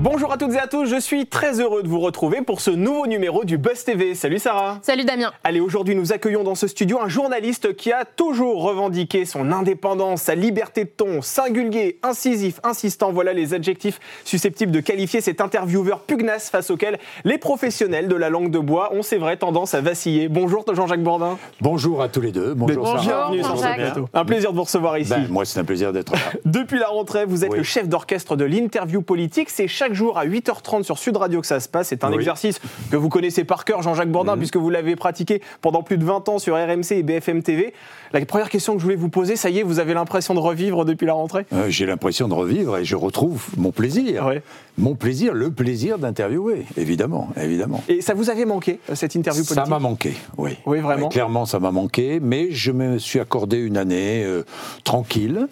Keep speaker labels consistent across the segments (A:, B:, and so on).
A: Bonjour à toutes et à tous, je suis très heureux de vous retrouver pour ce nouveau numéro du Buzz TV. Salut Sarah
B: Salut Damien
A: Allez, aujourd'hui nous accueillons dans ce studio un journaliste qui a toujours revendiqué son indépendance, sa liberté de ton, singulier, incisif, insistant, voilà les adjectifs susceptibles de qualifier cet intervieweur pugnace face auquel les professionnels de la langue de bois ont, c'est vrai, tendance à vaciller. Bonjour Jean-Jacques Bourdin
C: Bonjour à tous les deux. Bonjour,
B: Bonjour,
C: Sarah.
A: Bienvenue sur ce
B: Jean-Jacques.
A: plateau. Un plaisir de vous recevoir ici.
C: Ben, moi, c'est un plaisir d'être là.
A: Depuis la rentrée, vous êtes
C: Oui.
A: le chef d'orchestre de l'interview politique. C'est chaque jour à 8h30 sur Sud Radio que ça se passe. C'est un
C: Oui. Mhm.
A: exercice que vous connaissez par cœur, Jean-Jacques Bourdin, puisque vous l'avez pratiqué pendant plus de 20 ans sur RMC et BFM TV. La première question que je voulais vous poser, ça y est, vous avez l'impression de revivre depuis la rentrée
C: Euh, J'ai l'impression de revivre et je retrouve mon plaisir.
A: Ouais.
C: Mon plaisir, le plaisir d'interviewer, évidemment, évidemment.
A: Et ça vous avait manqué, euh, cette interview politique
C: Ça m'a manqué, oui.
A: Oui, vraiment.
C: Mais clairement, ça m'a manqué, mais je me suis accordé une année euh, tranquille.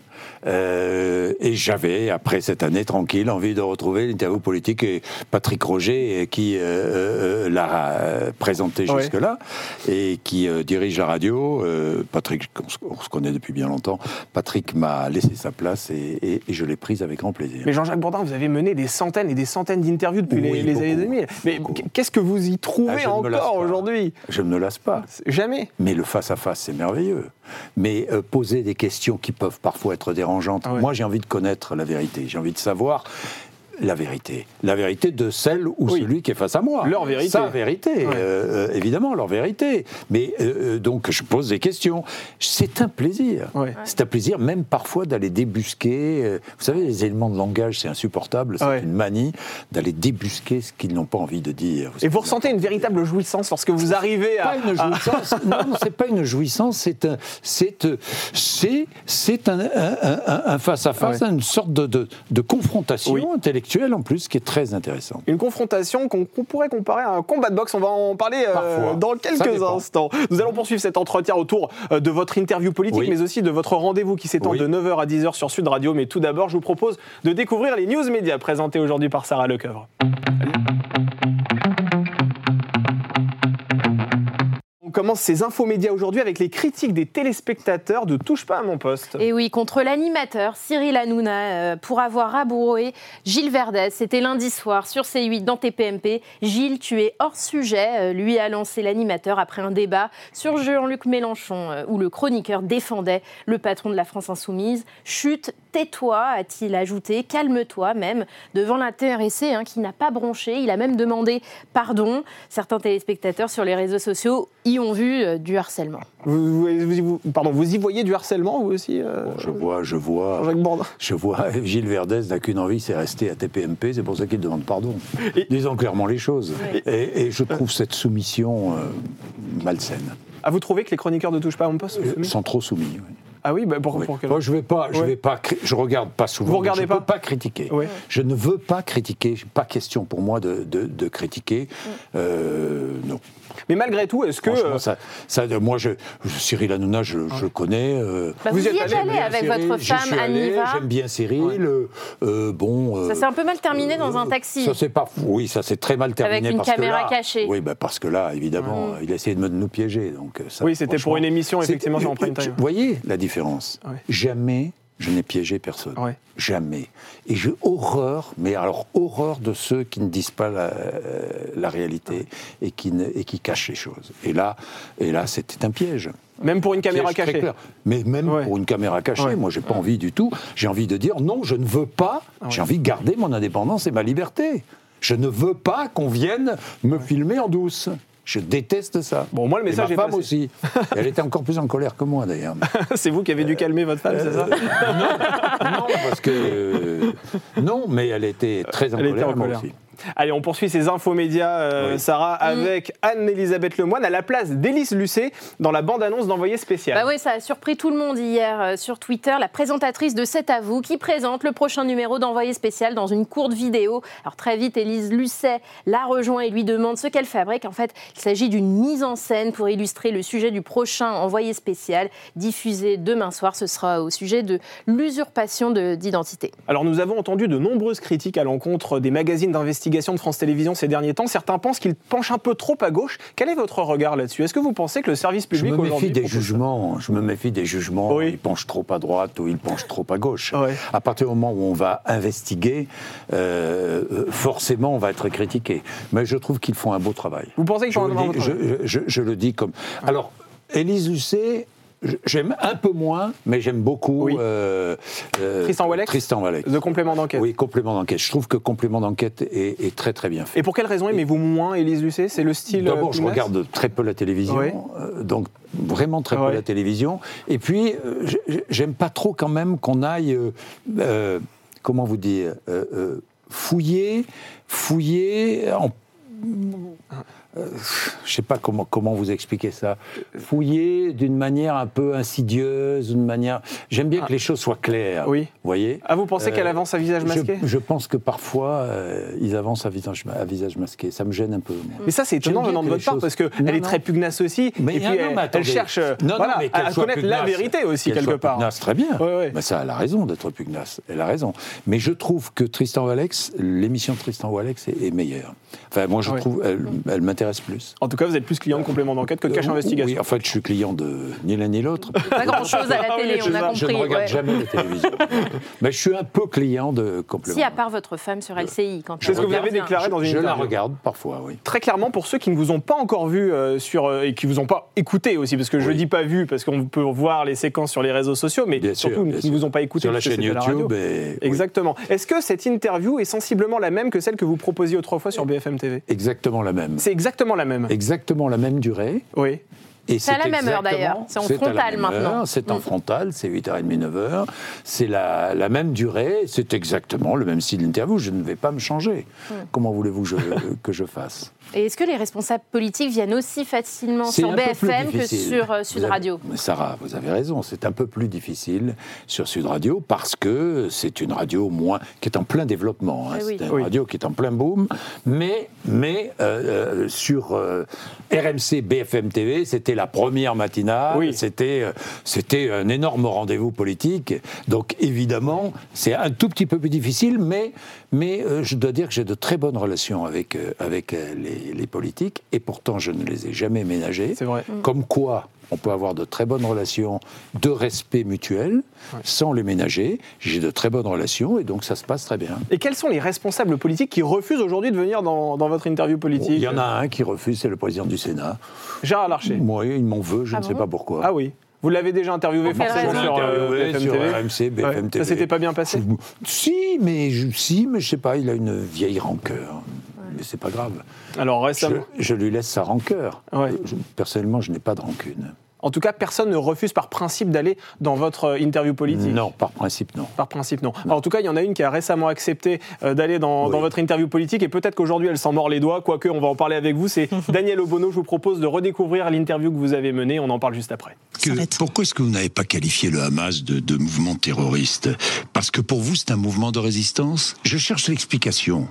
C: euh, et j'avais, après cette année tranquille, envie de retrouver l'interview politique et Patrick Roger, euh, qui euh, euh, l'a euh, présenté
A: Ouais.
C: jusque-là, et qui euh, dirige la radio. Euh, Patrick, on se, on se connaît depuis bien longtemps. Patrick m'a laissé sa place et, et- et je l'ai prise avec grand plaisir.
A: Mais Jean-Jacques Bourdin, vous avez mené des centaines et des centaines d'interviews depuis les-
C: Oui,
A: les, années
C: beaucoup,
A: 2000. Mais
C: beaucoup.
A: qu'est-ce que vous y trouvez
C: Ah, je ne me lasse
A: encore
C: pas.
A: aujourd'hui
C: Je ne me lasse pas.
A: Jamais.
C: Mais le face-à-face, c'est merveilleux. Mais euh, poser des questions qui peuvent parfois être dérangeantes.
A: Ah ouais.
C: Moi, j'ai envie de connaître la vérité. J'ai envie de savoir la vérité. La vérité de celle ou
A: Oui.
C: celui qui est face à moi.
A: Leur vérité.
C: Sa vérité,
A: Ouais.
C: euh, euh, évidemment, leur vérité. Mais euh, euh, donc, je pose des questions. C'est un plaisir.
A: Ouais.
C: C'est un plaisir, même parfois, d'aller débusquer. euh, Vous savez, les éléments de langage, c'est insupportable. C'est
A: Ouais.
C: une manie d'aller débusquer ce qu'ils n'ont pas envie de dire.
A: Et vous ressentez une véritable jouissance lorsque vous arrivez à,
C: pas une jouissance.
A: Ah.
C: non, non, c'est pas une jouissance. C'est un, c'est, euh, c'est, c'est un, un- un- un- un face-à-face,
A: Ouais.
C: une sorte de, de, de confrontation
A: Oui.
C: intellectuelle en plus qui est très intéressante.
A: Une confrontation qu'on qu'on pourrait comparer à un combat de boxe. On va en parler euh,
C: Parfois.
A: dans
C: Ça
A: quelques
C: dépend.
A: instants. Nous allons poursuivre cet entretien autour euh, de votre interview politique,
C: Oui.
A: mais aussi de votre rendez-vous qui s'étend
C: Oui.
A: de 9h à 10h sur Sud Radio. Mais tout d'abord, je vous propose de découvrir les news médias présentés aujourd'hui par Sarah Lecoeuvre. On commence ces infos médias aujourd'hui avec les critiques des téléspectateurs de Touche pas à mon poste.
B: Et oui, contre l'animateur Cyril Hanouna euh, pour avoir raboué Gilles Verdez. C'était lundi soir sur C8 dans TPMP. Gilles, tué hors sujet, euh, lui a lancé l'animateur après un débat sur Jean-Luc Mélenchon euh, où le chroniqueur défendait le patron de la France Insoumise. Chute, tais-toi, a-t-il ajouté, calme-toi même, devant l'intéressé hein, qui n'a pas bronché. Il a même demandé pardon. Certains téléspectateurs sur les réseaux sociaux y ont vu euh, du harcèlement.
A: Vous, vous- vous- pardon, vous y voyez du harcèlement, vous aussi, euh,
C: Oh, Je vois, je vois,
A: Jean-Jacques Bourdin
C: je vois. Gilles Verdez n'a qu'une envie, c'est rester à TPMP. C'est pour ça qu'il demande pardon.
A: Et-
C: Disons clairement les choses.
B: Oui.
C: Et, et je trouve cette soumission euh, malsaine,
A: Ah, vous trouvez que les chroniqueurs ne touchent pas à mon poste vous fumez
C: Euh, sans trop soumis. oui.
A: Ah oui, bah, pour,
C: Oui.
A: pour quelle-
C: Moi, je vais pas, je
A: Ouais.
C: vais pas, cri- je regarde pas souvent.
A: Vous regardez
C: je
A: pas
C: peux pas critiquer.
A: Ouais.
C: Je ne veux pas critiquer. j'ai Pas question pour moi de, de- de critiquer.
B: Mm.
C: Euh, non.
A: Mais malgré tout, est-ce que.
C: Franchement,
A: euh,
C: ça, ça, euh, moi, je, je- Cyril Hanouna, je, je le connais. euh,
B: Bah,
A: Vous
B: vous,
A: y êtes
B: y êtes
A: allé,
B: allé
C: j'aime
B: avec
C: bien Cyril,
B: votre
C: j'y
B: femme,
C: suis allé,
B: Anniva.
C: J'aime bien Cyril.
A: Ouais.
C: euh, euh, bon. euh,
B: Ça s'est un peu mal terminé dans un
C: euh,
B: taxi.
C: Ça c'est pas oui, ça s'est très mal terminé
B: une
C: parce que
B: caméra
C: là-
B: cachée.
C: Oui, bah, parce que là, évidemment, il a essayé de me- de nous piéger. Donc euh, ça,
A: Oui, c'était pour
C: franchement,
A: une émission,
C: c'était-
A: effectivement, sur en prime
C: je-
A: time.
C: Vous voyez la différence
A: Ouais.
C: Jamais je n'ai piégé personne.
A: Ouais.
C: Jamais. Et j'ai horreur, mais alors horreur de ceux qui ne disent pas la, euh, la réalité et qui, ne- et qui cachent les choses. Et là, et là c'était un piège.
A: Même pour une caméra
C: Piège très
A: cachée.
C: clair. Mais même
A: Ouais.
C: pour une caméra cachée,
A: Ouais.
C: moi, j'ai pas envie du tout. J'ai envie de dire non, je ne veux pas. J'ai envie de garder mon indépendance et ma liberté. Je ne veux pas qu'on vienne me filmer en douce. Je déteste ça.
A: Bon, moi, le
C: Et
A: message
C: ma
A: est
C: femme
A: passé.
C: aussi. Elle était encore plus en colère que moi, d'ailleurs.
A: C'est vous qui avez
C: Euh,
A: dû calmer votre femme, c'est ça
C: non, parce que. euh, non, mais elle était très en
A: Elle était
C: colère,
A: en
C: moi
A: colère.
C: aussi.
A: Allez, on poursuit ces infos médias, euh,
C: Oui.
A: Sarah, avec Anne-Elisabeth Lemoine à la place d'Élise Lucet dans la bande-annonce d'envoyé spécial.
B: Bah oui, ça a surpris tout le monde hier euh, sur Twitter, la présentatrice de C'est à vous qui présente le prochain numéro d'Envoyé spécial dans une courte vidéo. Alors très vite, Élise Lucet la rejoint et lui demande ce qu'elle fabrique. En fait, il s'agit d'une mise en scène pour illustrer le sujet du prochain Envoyé spécial diffusé demain soir. Ce sera au sujet de l'usurpation de- d'identité.
A: Alors nous avons entendu de nombreuses critiques à l'encontre des magazines d'investigation de France Télévisions ces derniers temps. Certains pensent qu'ils penchent un peu trop à gauche. Quel est votre regard là-dessus Est-ce que vous pensez que le service
C: Je
A: public
C: me
A: aujourd'hui
C: méfie des
A: propose ça
C: jugements. Je me méfie des jugements.
A: Oui.
C: Ils penchent trop à droite ou ils penchent trop à gauche.
A: Ouais.
C: À partir du moment où on va investiguer, euh, euh, forcément, on va être critiqué. Mais je trouve qu'ils font un beau travail.
A: Vous pensez que
C: je,
A: pour
C: le
A: avoir
C: dis,
A: votre avis
C: je- je- je le dis comme. Alors, Élise Lucet. je- J'aime un peu moins, mais j'aime beaucoup
A: Oui.
C: euh, euh,
A: Tristan Wallach
C: Tristan Wallach.
A: de complément d'enquête
C: Oui, complément d'enquête. Je trouve que complément d'enquête est, est très très bien fait.
A: Et pour quelle raison aimez-vous moins Élise Lucet C'est le style euh,
C: D'abord, je
A: pugnace
C: regarde très peu la télévision,
A: Oui.
C: euh, donc vraiment très peu
A: Oui.
C: la télévision. Et puis, euh, j- j- j'aime pas trop quand même qu'on aille, euh, euh, comment vous dire, euh, euh, fouiller, fouiller en. euh, Je sais pas comment, comment vous expliquer ça. Fouiller d'une manière un peu insidieuse, d'une manière. J'aime bien que les choses soient claires.
A: Ah. Oui.
C: Vous voyez
A: Ah, vous pensez
C: Euh,
A: qu'elle avance à visage masqué
C: je, je pense que parfois, euh, ils avancent à visage, à visage masqué. Ça me gêne un peu. moi.
A: Mais ça, c'est étonnant
C: J'aime bien
A: venant de
C: que
A: votre
C: les
A: part
C: choses-
A: parce qu'elle
C: Non,
A: est
C: non.
A: très pugnace aussi. et puis
C: ah non,
A: elle,
C: mais
A: elle
C: attendez.
A: cherche euh,
C: Non, non,
A: voilà,
C: mais qu'elle
A: à, à
C: soit
A: connaître la
C: pugnace,
A: vérité aussi,
C: qu'elle
A: quelque
C: soit
A: part.
C: Pugnace, très bien.
A: Ouais, ouais.
C: Mais ça, elle a raison d'être pugnace. Elle a raison. Mais je trouve que Tristan Walex, l'émission de Tristan Walex est, est meilleure. Enfin, moi, je
A: Ouais.
C: trouve, elle, elle m'intéresse plus.
A: En tout cas, vous êtes plus client de complément d'enquête que de cache
C: Euh,
A: investigation.
C: Oui, en fait, je suis client de ni l'un ni l'autre.
B: Pas grand chose à la
A: Ah oui,
B: télé,
A: je
B: on a
A: vois,
B: compris.
C: je ne regarde
B: ouais.
C: jamais la télévision. Mais je suis un peu client de complément.
B: Si, à part votre femme sur LCI. Quand
A: C'est
B: elle
A: ce que vous
B: regarde
A: avez
B: bien.
A: déclaré dans une
C: je la
A: interview.
C: regarde parfois, oui.
A: Très clairement, pour ceux qui ne vous ont pas encore vu euh, sur, euh, et qui vous ont pas écouté aussi, parce que je
C: Oui.
A: dis pas vu, parce qu'on peut voir les séquences sur les réseaux sociaux, mais
C: Bien sûr,
A: surtout
C: bien
A: qui ne vous
C: sûr.
A: ont pas écouté
C: Sur la
A: puisque
C: chaîne
A: c'était à radio.
C: YouTube. et- oui.
A: Exactement. Est-ce que cette interview est sensiblement la même que celle que vous proposiez autrefois sur BFM TV
C: Exactement la même.
A: C'est exactement la même.
C: Exactement la même durée.
A: Oui.
C: Et
B: C'est à la même heure, d'ailleurs. C'est en
C: exactement- à la
B: frontal,
C: même
B: maintenant.
C: heure, C'est en
B: Mm.
C: frontal, c'est 8h30, 9h. C'est la, la même durée, c'est exactement le même style d'interview. Je ne vais pas me changer.
B: Mm.
C: Comment voulez-vous que je- que je fasse
B: Et est-ce que les responsables politiques viennent aussi facilement
C: C'est
B: sur
C: un peu plus
B: BFM que
C: difficile.
B: sur euh,
C: Vous
B: Sud
C: avez-
B: Radio
C: Mais Sarah, vous avez raison, c'est un peu plus difficile sur Sud Radio parce que c'est une radio moins qui est en plein développement. hein.
B: Eh oui.
C: C'est une
A: Oui.
C: radio qui est en plein boom, mais mais euh, euh, sur euh, RMC BFM TV, c'était la première matinale,
A: Oui.
C: c'était euh, c'était un énorme rendez-vous politique. Donc évidemment, c'est un tout petit peu plus difficile, mais mais euh, je dois dire que j'ai de très bonnes relations avec euh, avec euh, les, les politiques et pourtant je ne les ai jamais ménagées.
A: C'est vrai.
B: Mm.
C: Comme quoi, on peut avoir de très bonnes relations de respect mutuel sans les ménager. J'ai de très bonnes relations et donc ça se passe très bien.
A: Et quels sont les responsables politiques qui refusent aujourd'hui de venir dans, dans votre interview politique
C: Il y en a un qui refuse, c'est le président du Sénat.
A: Gérard Larcher.
C: Moi, il m'en veut, je
B: Ah
C: ne sais
B: bon
C: pas pourquoi.
A: Ah oui. Vous l'avez déjà interviewé
B: quelle
A: forcément
B: raison
A: sur euh,
C: Interviewé
A: BFM
C: sur
A: TV.
C: RMC, BFM
A: Ouais.
C: TV.
A: Ça s'était pas bien passé
C: Si, mais je, si, mais je sais pas, il a une vieille rancœur. Mais c'est pas grave.
A: Alors
C: Je,
A: récemment.
C: je lui laisse sa rancœur.
A: Ouais.
C: Je- personnellement, je n'ai pas de rancune.
A: En tout cas, personne ne refuse par principe d'aller dans votre euh, interview politique.
C: Non, par principe, non.
A: Par principe, non. Alors, en tout cas, il y en a une qui a récemment accepté euh, d'aller dans,
C: Oui.
A: dans votre interview politique et peut-être qu'aujourd'hui elle s'en mord les doigts, quoique on va en parler avec vous. C'est Daniel Obono. Je vous propose de redécouvrir l'interview que vous avez menée. On en parle juste après.
D: Que- pourquoi est-ce que vous n'avez pas qualifié le Hamas de, de mouvement terroriste Parce que pour vous, c'est un mouvement de résistance Je cherche l'explication.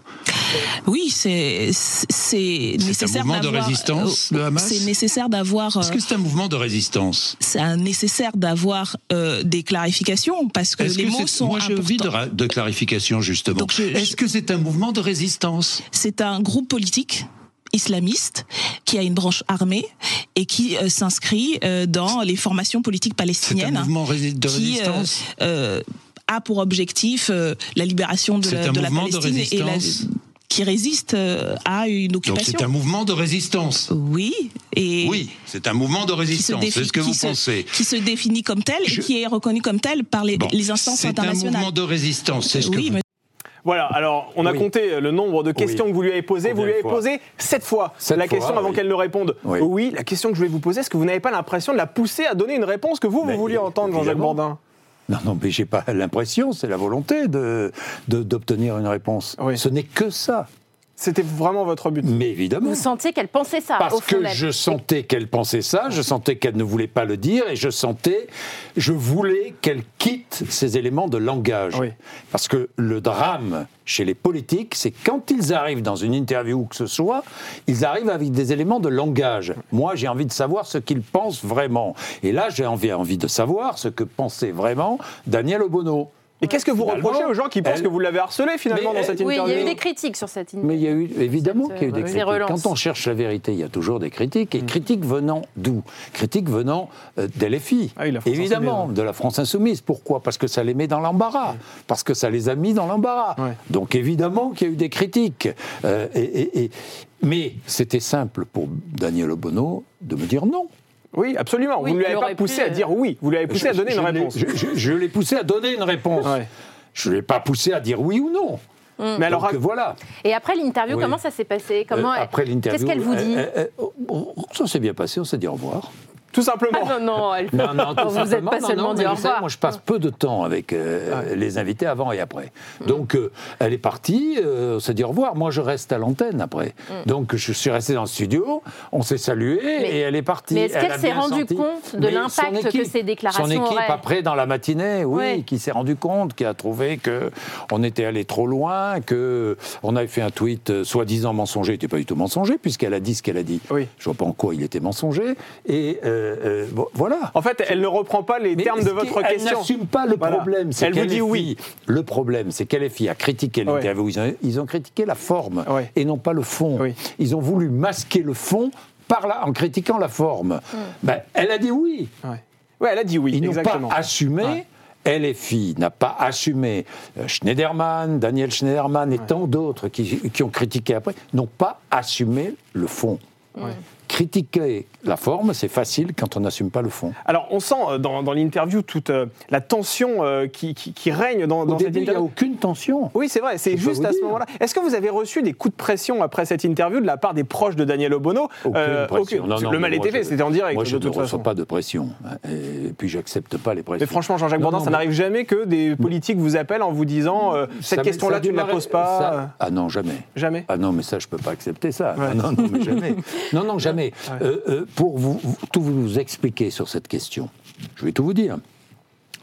E: Oui, c'est c'est- c'est
D: un
E: nécessaire
D: mouvement de
E: d'avoir-
D: résistance,
E: euh,
D: le Hamas
E: C'est nécessaire d'avoir. euh,
D: Est-ce que c'est un mouvement de résistance
E: C'est un nécessaire d'avoir euh, des clarifications parce que
D: Est-ce
E: euh, les
D: que
E: mots
D: c'est-
E: sont
D: Moi, je vis de,
E: importants.
D: ra- de clarification, justement.
E: Donc, je- je-
D: Est-ce que c'est un mouvement de résistance
E: C'est un groupe politique islamiste qui a une branche armée et qui euh, s'inscrit euh, dans les formations politiques
D: C'est un
E: palestiniennes. hein,
D: mouvement rési- de
E: qui, euh,
D: résistance
E: euh, a pour objectif euh, la libération de
D: C'est
E: la,
D: un
E: de la
D: mouvement de
E: Palestine et la-
D: résistance.
E: qui résiste euh, à une
D: Donc,
E: occupation.
D: c'est un mouvement de résistance.
E: Oui, et
D: Oui, c'est un mouvement de
E: qui se
D: résistance.
E: défi-
D: C'est ce que
E: qui
D: vous
E: se-
D: pensez.
E: qui se définit comme tel
D: Je-
E: et qui est reconnu comme tel par les,
D: Bon,
E: les instances
D: C'est un
E: internationales.
D: mouvement de résistance. C'est ce que
E: Oui,
D: vous
E: mais
A: Voilà, alors on a
C: Oui.
A: compté euh, le nombre de questions
C: Oui.
A: que vous lui avez posées. Vous
C: Combien
A: lui avez
C: de fois
A: posé sept fois
C: Sept
A: la
C: fois,
A: question avant
C: oui.
A: qu'elle ne réponde. Oui.
C: Oui.
A: la question que je vais vous poser, est-ce que vous n'avez pas l'impression de la pousser à donner une réponse que vous, vous
C: Mais
A: vouliez entendre, Jean-Jacques
C: évidemment.
A: Bourdin
C: Non, non, mais j'ai pas l'impression, c'est la volonté de- de- d'obtenir une réponse.
A: Oui.
C: Ce n'est que ça.
A: C'était vraiment votre but.
C: Mais évidemment.
B: Vous sentiez qu'elle pensait ça, au
C: Parce
B: fond
C: que
B: d'elle.
C: je sentais qu'elle pensait ça, je sentais qu'elle ne voulait pas le dire, et je sentais, je voulais qu'elle quitte ces éléments de langage.
A: Oui.
C: Parce que le drame chez les politiques, c'est quand ils arrivent dans une interview ou que ce soit, ils arrivent avec des éléments de langage. Moi, j'ai envie de savoir ce qu'ils pensent vraiment. Et là, j'ai envie, envie de savoir ce que pensait vraiment Daniel Obono.
A: Et qu'est-ce que vous
C: Finalement,
A: reprochez aux gens qui pensent
C: elle-
A: que vous l'avez harcelé finalement
C: Mais
A: dans cette
C: elle-
B: Oui,
A: interview
B: il y a eu des critiques sur cette interview.
C: Mais il y a eu, évidemment
B: Cette,
C: qu'il y a eu des
B: euh,
C: critiques.
B: relance.
C: Quand on cherche la vérité, il y a toujours des critiques. Et
A: Mm.
C: critiques venant d'où Critiques venant euh, d'LFI.
A: Ah oui, la France
C: évidemment,
A: Insoumise,
C: de la France Insoumise. Pourquoi Parce que ça les met dans l'embarras. Parce que ça les a mis dans l'embarras.
A: Ouais.
C: Donc évidemment qu'il y a eu des critiques. Euh, et, et- et- Mais c'était simple pour Daniel Obono de me dire non.
A: Oui, absolument.
B: Oui,
A: vous ne lui
B: il
A: avez pas
B: aurait
A: poussé
B: pu, euh,
A: à dire oui, vous lui avez poussé à
C: Je-
A: donner
C: je
A: une
C: l'ai-
A: réponse.
C: Je, je- je l'ai poussé à donner une réponse.
A: Ouais.
C: Je ne l'ai pas poussé à dire oui ou non.
A: Mais alors,
C: Donc euh, voilà.
B: Et après l'interview,
C: Oui.
B: comment ça s'est passé Comment
C: Euh, après l'interview,
B: Qu'est-ce qu'elle vous dit
C: euh, euh, euh, oh, oh, Ça s'est bien passé, on s'est dit au revoir.
A: tout simplement.
B: Ah non, non, elle...
C: Non, non, tout
B: vous n'êtes
C: simplement,
B: pas
C: non,
B: seulement
C: non,
B: dit
C: mais
B: au
C: vous savez,
B: revoir.
C: Moi, je passe peu de temps avec euh, les invités avant et après.
B: Mm.
C: Donc, euh, elle est partie, euh, on s'est dit au revoir. Moi, je reste à l'antenne après. Donc, je suis resté dans le studio, on s'est salué et elle est partie.
B: Mm. mais est-ce
C: Elle
B: qu'elle
C: a
B: s'est
C: bien
B: rendue
C: senti.
B: compte de
C: Mais son
B: l'impact que
C: équipe-
B: ces déclarations
C: Son équipe,
B: auraient
C: après, dans la matinée, oui,
B: Ouais.
C: qui s'est rendu compte, qui a trouvé qu'on était allé trop loin, qu'on avait fait un tweet euh, soi-disant mensonger, qui n'était pas du tout mensonger, puisqu'elle a dit ce qu'elle a dit.
A: Oui.
C: Je vois pas en quoi il était mensonger. Et euh, euh, vo- voilà.
A: En fait, elle ne reprend pas les
C: Mais
A: termes
C: ce
A: de
C: qui-
A: votre
C: elle
A: question.
C: n'assume pas le
A: Voilà.
C: problème. c'est
A: Elle vous
C: qu'elle
A: dit
C: est
A: oui.
C: fille. Le problème, c'est qu'elle est fille a critiqué
A: Ouais.
C: l'interview. Ils, ont- ils ont critiqué la forme
A: Ouais.
C: et non pas le fond.
A: Oui.
C: Ils ont voulu masquer le fond par la- en critiquant la forme. Ben, elle a dit oui.
A: Ouais. Ouais, elle a dit oui,
C: Ils n'ont pas
A: exactement.
C: assumé. LFI n'a pas assumé. Euh, Schneiderman, Daniel Schneiderman et tant d'autres qui, qui ont critiqué après n'ont pas assumé le fond. Critiquer la forme, c'est facile quand on n'assume pas le fond.
A: Alors, on sent euh, dans, dans l'interview toute euh, la tension euh, qui, qui- qui règne dans, dans
C: Au
A: cette
C: début, il n'y a
A: interview.
C: aucune tension.
A: Oui, c'est vrai, c'est
C: Je peux
A: juste
C: vous
A: à ce
C: dire.
A: moment-là. Est-ce que vous avez reçu des coups de pression après cette interview de la part des proches de Daniel Obono
C: Aucune pression. Non, non,
A: Euh, Le
C: mais
A: mal
C: moi,
A: était fait,
C: je-
A: c'était en direct.
C: Moi, je
A: de
C: ne
A: toute façon.
C: reçois pas de pression. hein, Et puis, j'accepte pas les pressions.
A: Mais franchement, Jean-Jacques
C: Non,
A: Bourdin,
C: non,
A: ça
C: mais-
A: n'arrive jamais que des politiques vous appellent en vous disant euh,
C: Ça
A: cette
C: m'est- ça
A: question-là,
C: a
A: tu ne la
C: démarré-
A: poses pas.
C: ça-
A: euh,
C: Ah non, jamais.
A: Jamais.
C: Ah non, mais ça, je peux pas accepter ça.
A: Ouais.
C: Ah non, non, mais jamais. non, non, jamais. Euh, euh, pour vous, vous- tout vous expliquer sur cette question, je vais tout vous dire.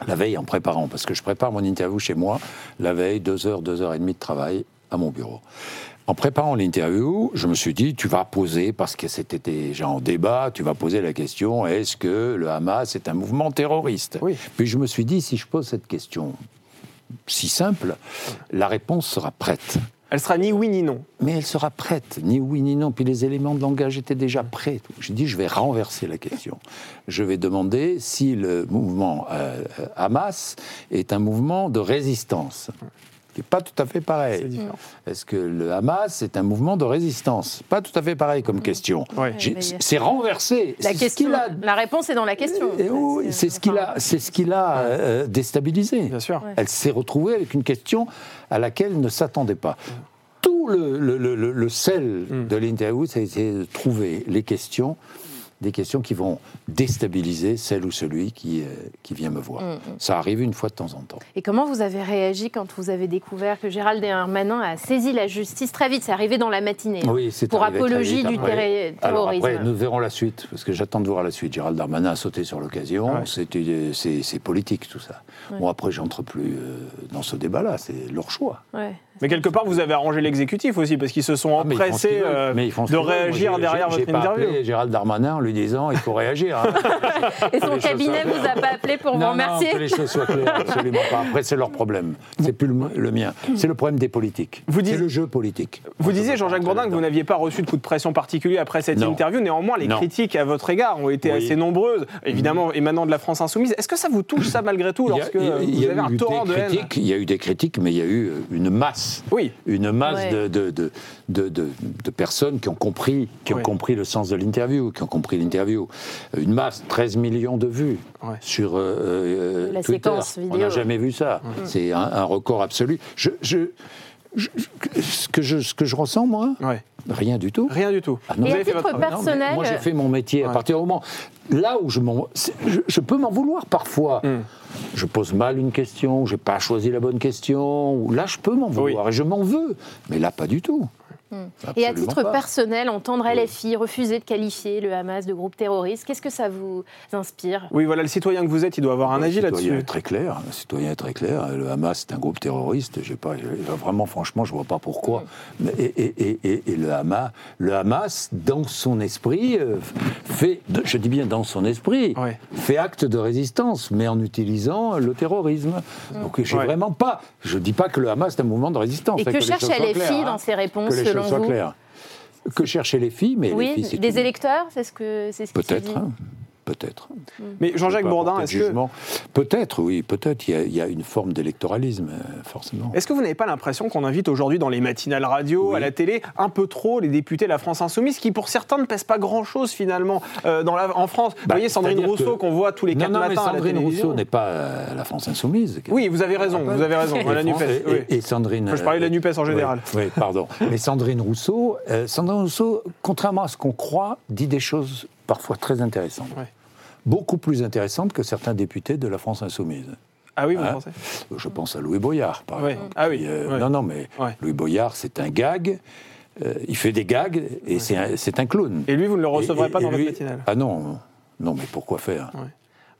C: La veille, en préparant, parce que je prépare mon interview chez moi, la veille, deux heures, deux heures et demie de travail à mon bureau. En préparant l'interview, je me suis dit, tu vas poser, parce que c'était déjà en débat, tu vas poser la question, est-ce que le Hamas est un mouvement terroriste
A: Oui.
C: Puis je me suis dit, si je pose cette question si simple, la réponse sera prête.
A: Elle sera ni oui ni non.
C: Mais elle sera prête, ni oui ni non. Puis les éléments de langage étaient déjà prêts. J'ai dit, je vais renverser la question. Je vais demander si le mouvement euh, euh, Hamas est un mouvement de résistance. Ce n'est pas tout à fait
A: C'est
C: pareil.
A: différent.
C: Est-ce que le Hamas est un mouvement de résistance Pas tout à fait pareil comme question.
A: Mm. Ouais.
C: J'ai-
B: mais-
C: C'est renversé.
B: La,
C: C'est ce
B: question,
C: qu'il a-
B: la réponse est dans la question.
C: Eh oui, C'est ce qu'il a, c'est ce qu'il a euh, déstabilisé.
A: Bien sûr.
C: Elle s'est retrouvée avec une question à laquelle ne s'attendait pas. Tout le, le- le- le- le sel de l'interview, ça a été de trouver les questions, des questions qui vont déstabiliser celle ou celui qui, euh, qui vient me voir.
B: Mm,
C: Ça arrive une fois de temps en temps.
B: Et comment vous avez réagi quand vous avez découvert que Gérald Darmanin a saisi la justice très vite C'est arrivé dans la matinée.
C: Oui, c'est
B: Pour
C: arrivé très
B: apologie
C: vite
B: du
C: après.
B: terré-
C: Alors
B: terrorisme.
C: après, nous verrons la suite, parce que j'attends de voir la suite. Gérald Darmanin a sauté sur l'occasion,
A: Ouais.
C: c'était- c'est c'est politique tout ça. Bon, après, j'entre plus euh, dans ce débat-là, c'est leur choix.
B: Ouais.
A: Mais quelque part, vous avez arrangé l'exécutif aussi, parce qu'ils se sont
C: Ah, mais ils font ce qu'ils
A: empressés
C: veulent.
A: euh,
C: Mais ils font ce
A: de
C: qu'ils veulent. Moi,
A: réagir
C: j'ai-
A: derrière
C: j'ai-
A: votre
C: J'ai pas
A: interview.
C: appelé Gérald Darmanin en lui disant il faut réagir. hein.
B: Et son
C: les choses
B: cabinet
C: soient
B: vous a pas appelé pour vous
C: Non, non,
B: remercier
C: que les choses soient claires, absolument pas. Après, c'est leur problème. C'est plus le, le mien. C'est le problème des politiques.
A: Vous dites-
C: C'est le jeu politique.
A: Vous disiez, Jean-Jacques Bourdin, que vous n'aviez pas reçu de coup de pression particulier après cette
C: Non.
A: interview. Néanmoins, les
C: Non.
A: critiques à votre égard ont été
C: Oui. Mm-hmm.
A: assez nombreuses, évidemment émanant de la France insoumise. Est-ce que ça vous touche, ça, malgré tout,
C: Il y a-
A: lorsque
C: il y a-
A: euh,
C: il
A: vous
C: y a
A: avez
C: eu
A: un
C: des
A: torrent de haine
C: critiques, Il y a eu des critiques, mais il y a eu euh, une masse.
A: Oui.
C: Une masse
B: Ouais.
C: de, de- de- de- de- de personnes qui ont compris, qui
A: Ouais.
C: ont compris le sens de l'interview, qui ont compris l'interview. Une masse, 13 millions de vues
A: Ouais.
C: sur euh, euh,
B: La
C: Twitter.
B: séquence
C: On n'a
B: vidéo.
C: jamais vu ça. C'est un, un record absolu. Je, je- je- je- ce, que je, ce que je ressens, moi,
A: Ouais.
C: rien du tout.
A: Rien du tout.
C: Ah non.
B: Et
A: Vous
B: à
A: avez fait
B: titre
A: votre travail.
C: Non, mais
B: personnel,
C: moi, j'ai fait mon métier.
A: Ouais.
C: À partir du moment. Là où je m'en. c'est- Je, je peux m'en vouloir parfois.
A: Hum.
C: Je pose mal une question, j'ai pas choisi la bonne question. ou- Là, je peux m'en vouloir et je m'en veux. Mais là, pas du tout.
B: Hmm. et à
C: Absolument
B: titre
C: pas.
B: personnel, entendre LFI refuser de qualifier le Hamas de groupe terroriste, qu'est-ce que ça vous inspire
A: Oui, voilà, le citoyen que vous êtes, il doit avoir un
C: Le
A: avis
C: citoyen est
A: là-dessus.
C: très clair. Le citoyen est très clair. Le Hamas, c'est un groupe terroriste. J'ai pas, j'ai- vraiment, franchement, je vois pas pourquoi. Mais- Et, et- et- et- et le Hamas, le Hamas, dans son esprit, euh, fait, je dis bien dans son esprit,
A: Ouais.
C: fait acte de résistance, mais en utilisant le terrorisme.
B: Mm.
C: Donc, j'ai
A: Ouais.
C: vraiment pas. Je dis pas que le Hamas est un mouvement de résistance.
B: Et
C: hein,
B: que
C: les
B: cherche
C: choses soient
B: LFI
C: claires, hein.
B: dans ses réponses,
C: Que les
B: selon
C: choses soient
B: vous
C: claires. Que chercher les filles, mais les
B: Oui,
C: filles, c'est
B: des
C: tout.
B: électeurs, c'est ce que c'est ce qui se dit.
C: Peut-être, hein, peut-être.
B: Mm.
A: Mais Jean-Jacques
C: Je peux pas
A: Bourdin,
C: porter
A: est-ce
C: de
A: que,
C: jugement. Peut-être, oui, peut-être. Il y a- il y, a une forme d'électoralisme, euh, forcément.
A: est-ce que vous n'avez pas l'impression qu'on invite aujourd'hui dans les matinales radio,
C: Oui.
A: à la télé, un peu trop les députés de la France Insoumise, qui pour certains ne pèsent pas grand-chose finalement euh, dans la- en France Vous voyez Sandrine
C: Bah, c'est-à-dire
A: Rousseau
C: que-
A: qu'on voit tous les
C: non,
A: quatre
C: non, mais
A: matins à la
C: Sandrine
A: télévision.
C: Rousseau n'est Ah, pas euh, la France insoumise.
A: Oui, vous avez raison, vous avez raison.
C: Et
A: la
C: France-
A: NUPES.
C: et-
A: oui.
C: et, et Sandrine.
A: Enfin, je parlais de la
C: euh,
A: NUPES en
C: oui,
A: général.
C: Oui, pardon. Mais Sandrine Rousseau, euh, Sandrine Rousseau, contrairement à ce qu'on croit, dit des choses parfois très intéressantes.
A: Ouais.
C: Beaucoup plus intéressantes que certains députés de la France insoumise.
A: Ah oui, vous
C: Hein
A: pensez
C: Je pense à Louis Boyard, par
A: Oui.
C: exemple.
A: Ah oui,
C: Qui, euh,
A: oui.
C: Non, non, mais
A: Ouais.
C: Louis Boyard, c'est un gag. euh, il fait des gags et c'est un- c'est un clown.
A: Et lui, vous ne le
C: Et-
A: recevrez
C: et-
A: pas
C: et
A: dans votre
C: lui-
A: matinale
C: Ah non, non, mais pourquoi faire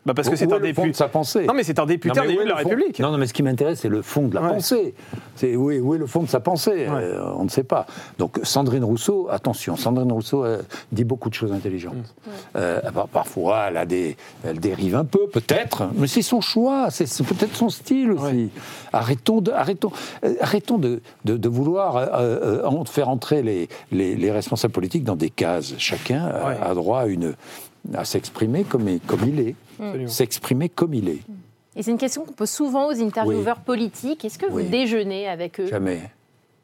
A: bah Parce que
C: Où-
A: c'est
C: où
A: un
C: est le fond de
A: député.
C: sa pensée.
A: Non, mais c'est un député,
C: Non,
A: un
C: mais
A: élu
C: où est
A: de la
C: le fond-
A: République.
C: Non, non, mais ce qui m'intéresse, c'est le fond de la
A: Ouais.
C: pensée. C'est où est, où est le fond de sa pensée Euh, On ne sait pas. Donc Sandrine Rousseau, attention, Sandrine Rousseau euh, dit beaucoup de choses intelligentes. Euh, par- parfois, elle, a des, elle dérive un peu, peut-être, mais c'est son choix, c'est c'est peut-être son style aussi. Arrêtons de, arrêtons, euh, arrêtons de, de- de vouloir euh, euh, en- faire entrer les, les- les responsables politiques dans des cases. Chacun a,
A: Ouais.
C: a droit à une à s'exprimer comme, il- comme il est,
A: Absolument.
C: s'exprimer comme il est.
B: Et c'est une question qu'on pose souvent aux intervieweurs politiques. Est-ce que vous
C: Oui.
B: déjeunez avec eux
C: Jamais.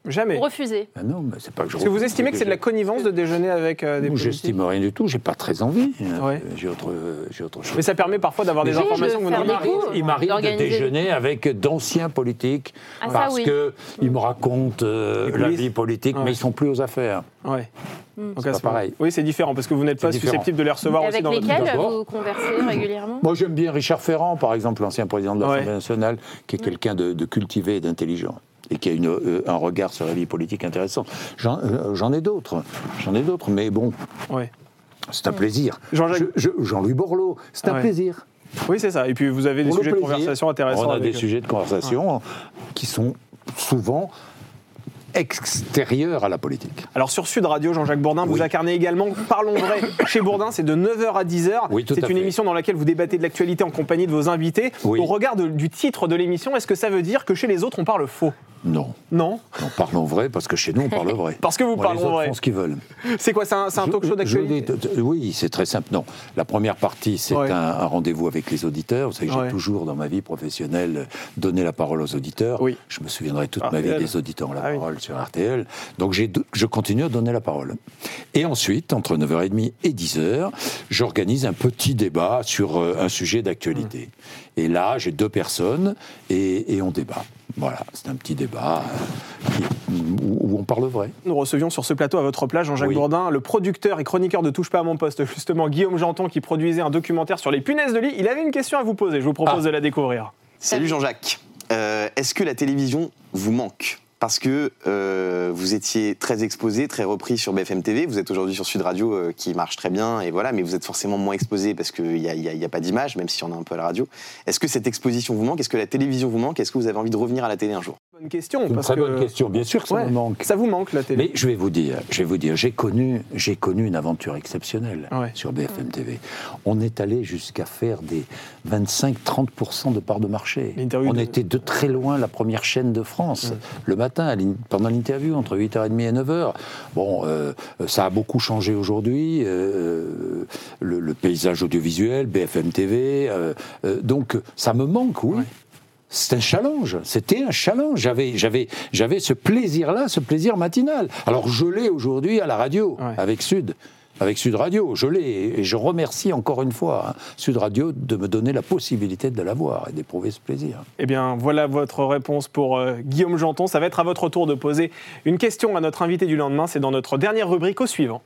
A: Jamais.
B: Vous refusez
C: Ah non, mais c'est pas que je.
A: Est-ce que vous estimez que c'est de la connivence de déjeuner avec euh, des
C: Moi,
A: politiques
C: J'estime rien du tout, j'ai pas très envie. hein.
A: Ouais.
C: J'ai autre, j'ai autre chose.
A: Mais ça permet parfois d'avoir des
C: Mais j'ai-
A: informations que vous
B: de
A: n'avez
B: faire
A: pas.
B: des coups.
C: il m'arrive de
B: d'organiser-
C: déjeuner avec d'anciens politiques
B: Ah, ça,
C: parce
B: oui.
C: que ils me racontent euh,
A: Les
C: la
A: coulisses.
C: vie politique,
A: Ouais.
C: mais ils sont plus aux affaires.
A: Ouais. Donc,
C: C'est
A: à
C: pas
A: ce moment-
C: pareil.
A: Oui, c'est différent parce que vous n'êtes
C: C'est
A: pas
C: différent.
A: susceptible de les recevoir aussi
B: Avec
A: dans votre
B: lesquels
C: D'abord.
B: vous conversez régulièrement
C: Moi, j'aime bien Richard Ferrand, par exemple, l'ancien président de l'Assemblée
A: Ouais.
C: nationale, qui est quelqu'un de, de cultivé et d'intelligent. Et qui a une, euh, un regard sur la vie politique intéressant. J'en euh, j'en ai d'autres, j'en ai d'autres, mais bon,
A: Ouais.
C: c'est un plaisir.
A: Jean-Jacques-
C: Je- je- Jean-Louis Borloo, c'est
A: Ah
C: un
A: ouais.
C: plaisir.
A: Oui, c'est ça. Et puis vous avez des
C: Pour le
A: sujets de
C: plaisir,
A: conversation intéressants.
C: On a
A: avec
C: des
A: eux.
C: sujets de conversation qui sont souvent extérieurs à la politique.
A: Alors sur Sud Radio, Jean-Jacques Bourdin, vous
C: Oui.
A: incarnez également Parlons vrai chez Bourdin, c'est de 9h à 10h.
C: Oui, tout
A: c'est
C: à
A: une
C: fait.
A: émission dans laquelle vous débattez de l'actualité en compagnie de vos invités.
C: Oui.
A: Au regard de- du titre de l'émission, est-ce que ça veut dire que chez les autres on parle faux
C: Non,
A: Non
C: non, parlons vrai parce que chez nous on parle vrai.
A: Parce que vous
C: Bon,
A: parlez
C: les autres
A: vrai.
C: font ce qu'ils veulent.
A: C'est quoi C'est un, c'est un
C: Je-
A: talk show
C: je-
A: d'actualité
C: je dis- Oui, c'est très simple. Non, la première partie, c'est
A: Ouais.
C: un, un rendez-vous avec les auditeurs. Vous savez, que j'ai
A: Ouais.
C: toujours, dans ma vie professionnelle, donné la parole aux auditeurs.
A: Oui.
C: Je me souviendrai toute ma
A: RTL.
C: vie des auditeurs ont la
A: Ah oui.
C: parole sur RTL. Donc, j'ai do- je continue à donner la parole. Et ensuite, entre 9h30 et 10h, j'organise un petit débat sur euh, un sujet d'actualité.
A: Mmh.
C: Et là, j'ai deux personnes et, et on débat. Voilà, c'est un petit débat euh, qui- où- où on parle vrai.
A: Nous recevions sur ce plateau à votre place Jean-Jacques
C: Oui.
A: Bourdin, le producteur et chroniqueur de Touche pas à mon poste, justement Guillaume Janton, qui produisait un documentaire sur les punaises de lit. Il avait une question à vous poser, je vous propose
C: Ah.
A: de la découvrir.
F: Salut Jean-Jacques. Euh, Est-ce que la télévision vous manque Parce que euh, vous étiez très exposé, très repris sur BFM TV. Vous êtes aujourd'hui sur Sud Radio euh, qui marche très bien, et voilà, mais vous êtes forcément moins exposé parce qu'il n'y a, il y a- il y a pas d'image, même si on a un peu à la radio. Est-ce que cette exposition vous manque Est-ce que la télévision vous manque Est-ce que vous avez envie de revenir à la télé un jour
A: Bonne question,
C: C'est une
A: parce
C: très
A: que
C: bonne question. Bien sûr que ça
A: Ouais.
C: me manque.
A: ça vous manque la télé.
C: Mais je vais vous dire, je vais vous dire, j'ai connu, j'ai connu une aventure exceptionnelle
A: Ah Ouais.
C: sur BFM TV. On est allé jusqu'à faire des 25-30% de parts de marché.
A: L'interview
C: On
A: de-
C: était de très loin la première chaîne de France. Le matin, à l'in- pendant l'interview, entre 8h30 et 9h. Bon, euh, ça a beaucoup changé aujourd'hui. euh, le, le paysage audiovisuel, BFM TV. euh, euh, donc, ça me manque, oui. C'est un challenge, c'était un challenge. J'avais, j'avais, j'avais ce plaisir-là, ce plaisir matinal. Alors je l'ai aujourd'hui à la radio,
A: Ouais.
C: avec Sud. avec Sud Radio. Je l'ai et je remercie encore une fois hein, Sud Radio de me donner la possibilité de l'avoir et d'éprouver ce plaisir.
A: Eh bien, voilà votre réponse pour euh, Guillaume Janton. Ça va être à votre tour de poser une question à notre invité du lendemain. C'est dans notre dernière rubrique au suivant.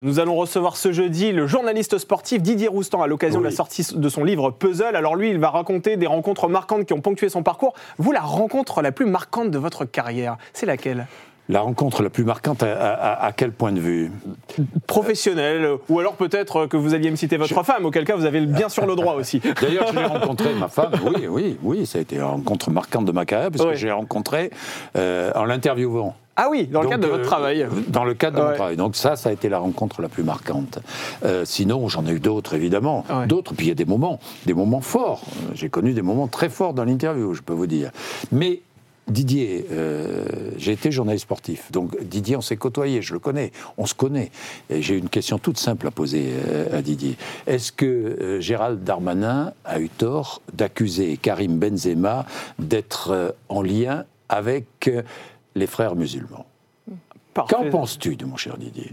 A: Nous allons recevoir ce jeudi le journaliste sportif Didier Roustan à l'occasion de la
C: Oui.
A: sortie de son livre Puzzle. Alors lui, il va raconter des rencontres marquantes qui ont ponctué son parcours. Vous, la rencontre la plus marquante de votre carrière, c'est laquelle
C: La rencontre la plus marquante, à, à- à quel point de vue
A: Professionnelle, euh, ou alors peut-être que vous alliez me citer votre femme, auquel cas vous avez bien sûr le droit aussi.
C: D'ailleurs, je l'ai rencontrée, ma femme. Oui, oui, oui, ça a été une rencontre marquante de ma carrière, parce
A: Oui.
C: que j'ai rencontré euh, en l'interviewant.
A: Ah oui, dans le
C: Donc,
A: cadre de votre
C: euh,
A: travail.
C: Dans le cadre de
A: Ouais.
C: mon travail. Donc ça, ça a été la rencontre la plus marquante. Euh, sinon, j'en ai eu d'autres, évidemment.
A: Ouais.
C: D'autres, puis il y a des moments, des moments forts. Euh, J'ai connu des moments très forts dans l'interview, je peux vous dire. Mais Didier, euh, j'ai été journaliste sportif. Donc Didier, on s'est côtoyé, je le connais, on se connaît. Et j'ai une question toute simple à poser euh, à Didier. Est-ce que euh, Gérald Darmanin a eu tort d'accuser Karim Benzema d'être euh, en lien avec euh, les frères musulmans
A: Parfait.
C: Qu'en penses-tu de mon cher Didier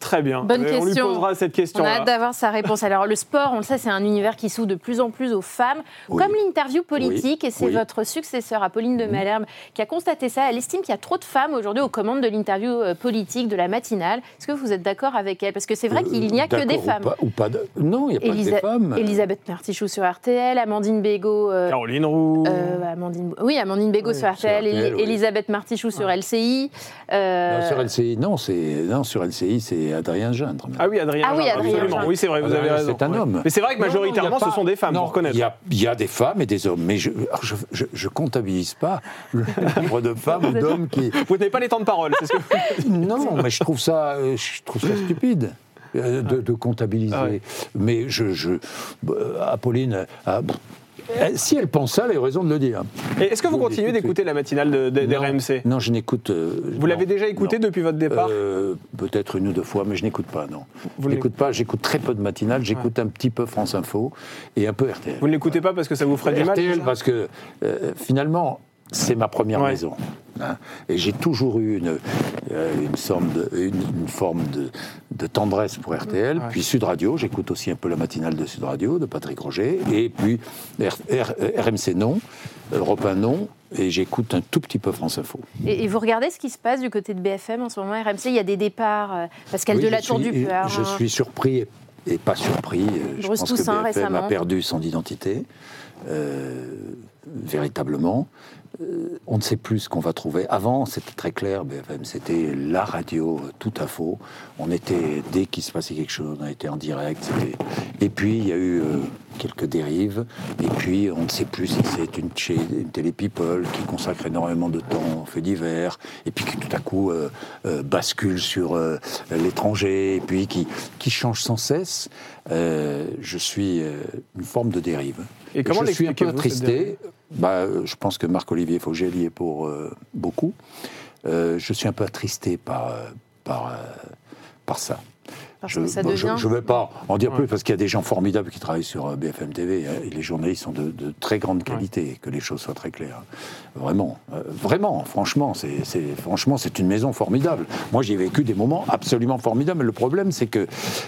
A: Très bien.
B: Bonne
A: Euh, On lui
B: question.
A: posera cette question.
B: On a hâte d'avoir sa réponse. Alors le sport, on le sait, c'est un univers qui s'ouvre de plus en plus aux femmes,
C: Oui.
B: comme l'interview politique. Et c'est
C: Oui. Mmh.
B: votre successeur, Apolline de Malherbe, qui a constaté ça. Elle estime qu'il y a trop de femmes aujourd'hui aux commandes de l'interview euh, politique, de la matinale. Est-ce que vous êtes d'accord avec elle Parce que c'est vrai
C: Euh,
B: qu'il n'y a que
C: d'accord
B: des
C: ou
B: femmes.
C: pas- ou pas de- Non, il n'y a pas que
B: Elisa-
C: des femmes.
B: Elisabeth Martichoux sur RTL, Amandine Bégaud. euh,
A: Caroline Roux.
B: euh, Amandine, oui, Amandine Bégaud
A: Oui,
B: sur RTL,
C: sur RTL, oui.
B: Elisabeth Martichoux sur LCI. euh,
C: Non, sur LCI, non, c'est non sur LCI, c'est Adrien Gendre.
A: Ah oui, Adrien.
B: Ah oui,
A: Gendre,
B: Adrien
A: Absolument.
B: Gendre.
A: Oui, c'est vrai, vous
C: Adrien,
A: avez raison.
C: Ah, c'est un
A: Ouais.
C: homme.
A: Mais c'est vrai que
C: Non, non,
A: majoritairement,
C: il y a
A: ce
C: pas-
A: sont des femmes,
C: non,
A: pour reconnaître.
C: Il y, a, il y a des femmes et des hommes, mais je alors, je, je- je comptabilise pas le nombre de femmes ou d'hommes qui.
A: Vous n'avez pas les temps de parole, c'est ce que
C: Non, mais je trouve ça, euh, je trouve ça stupide. euh, De, de comptabiliser.
A: Ah ouais.
C: Mais je. je bah, Apolline, ah, pff, elle- si elle pense ça, elle a raison de le dire.
A: Et Est-ce que vous
C: Vous
A: continuez
C: l'écoutez.
A: d'écouter la matinale de, de-
C: Non,
A: d'RMC
C: Non, je n'écoute. euh,
A: Vous l'avez
C: non,
A: déjà écouté
C: non.
A: depuis votre départ
C: Euh, Peut-être une ou deux fois, mais je n'écoute pas, non.
A: Vous
C: Je
A: ne
C: n'écoute pas, j'écoute très peu de matinales, j'écoute un petit peu France Info et un peu RTL.
A: Vous ne l'écoutez pas parce que ça vous ferait du mal
C: RTL,
A: déjà
C: parce que euh, finalement, c'est ma première
A: Ouais.
C: maison. hein. et j'ai toujours eu une, euh, une, somme de- une- une forme de, de tendresse pour RTL.
A: Ouais.
C: Puis Sud Radio, j'écoute aussi un peu la matinale de Sud Radio, de Patrick Roger. Et puis R- R- euh, RMC non, Europe 1 non, et j'écoute un tout petit peu France Info.
B: Et, et vous regardez ce qui se passe du côté de BFM en ce moment, RMC, il y a des départs. euh, Pascal
C: Oui,
B: de
C: je
B: la Tour
C: suis-
B: du Pueur.
C: Je
B: hein.
C: suis surpris et, et pas surpris. Euh, Je
B: Bruce
C: pense
B: Toussaint,
C: que BFM
B: récemment.
C: a perdu son identité, euh, véritablement. Euh, on ne sait plus ce qu'on va trouver. Avant, c'était très clair, BFM, c'était la radio, euh, tout à faux. On était, dès qu'il se passait quelque chose, on était en direct. c'était- Et puis, il y a eu euh, quelques dérives. Et puis, on ne sait plus si c'est une, chez- une télé-people qui consacre énormément de temps aux faits divers. Et puis, qui tout à coup euh, euh, bascule sur euh, l'étranger. Et puis, qui, qui change sans cesse. Euh, je suis euh, une forme de dérive.
A: Et comment
C: je suis un peu
A: l'expliquez-vous, cette dérive
C: attristé. Bah, euh, je pense que Marc-Olivier Fogel y est pour euh, beaucoup. Euh, je suis un peu attristé par, euh, par, euh, par ça.
B: Parce
C: je
B: que ça
C: bon, je-
B: devient-
C: je vais pas en dire
A: Ouais.
C: plus parce qu'il y a des gens formidables qui travaillent sur euh, BFM TV. hein, et les journalistes sont de, de très grande qualité, que les choses soient très claires. Vraiment, euh, vraiment, franchement, c'est c'est- franchement c'est une maison formidable. Moi, j'ai vécu des moments absolument formidables. Le problème, c'est que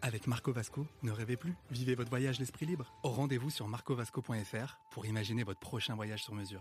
G: Avec Marco Vasco, ne rêvez plus, vivez votre voyage l'esprit libre. Au rendez-vous sur marcovasco.fr pour imaginer votre prochain voyage sur mesure.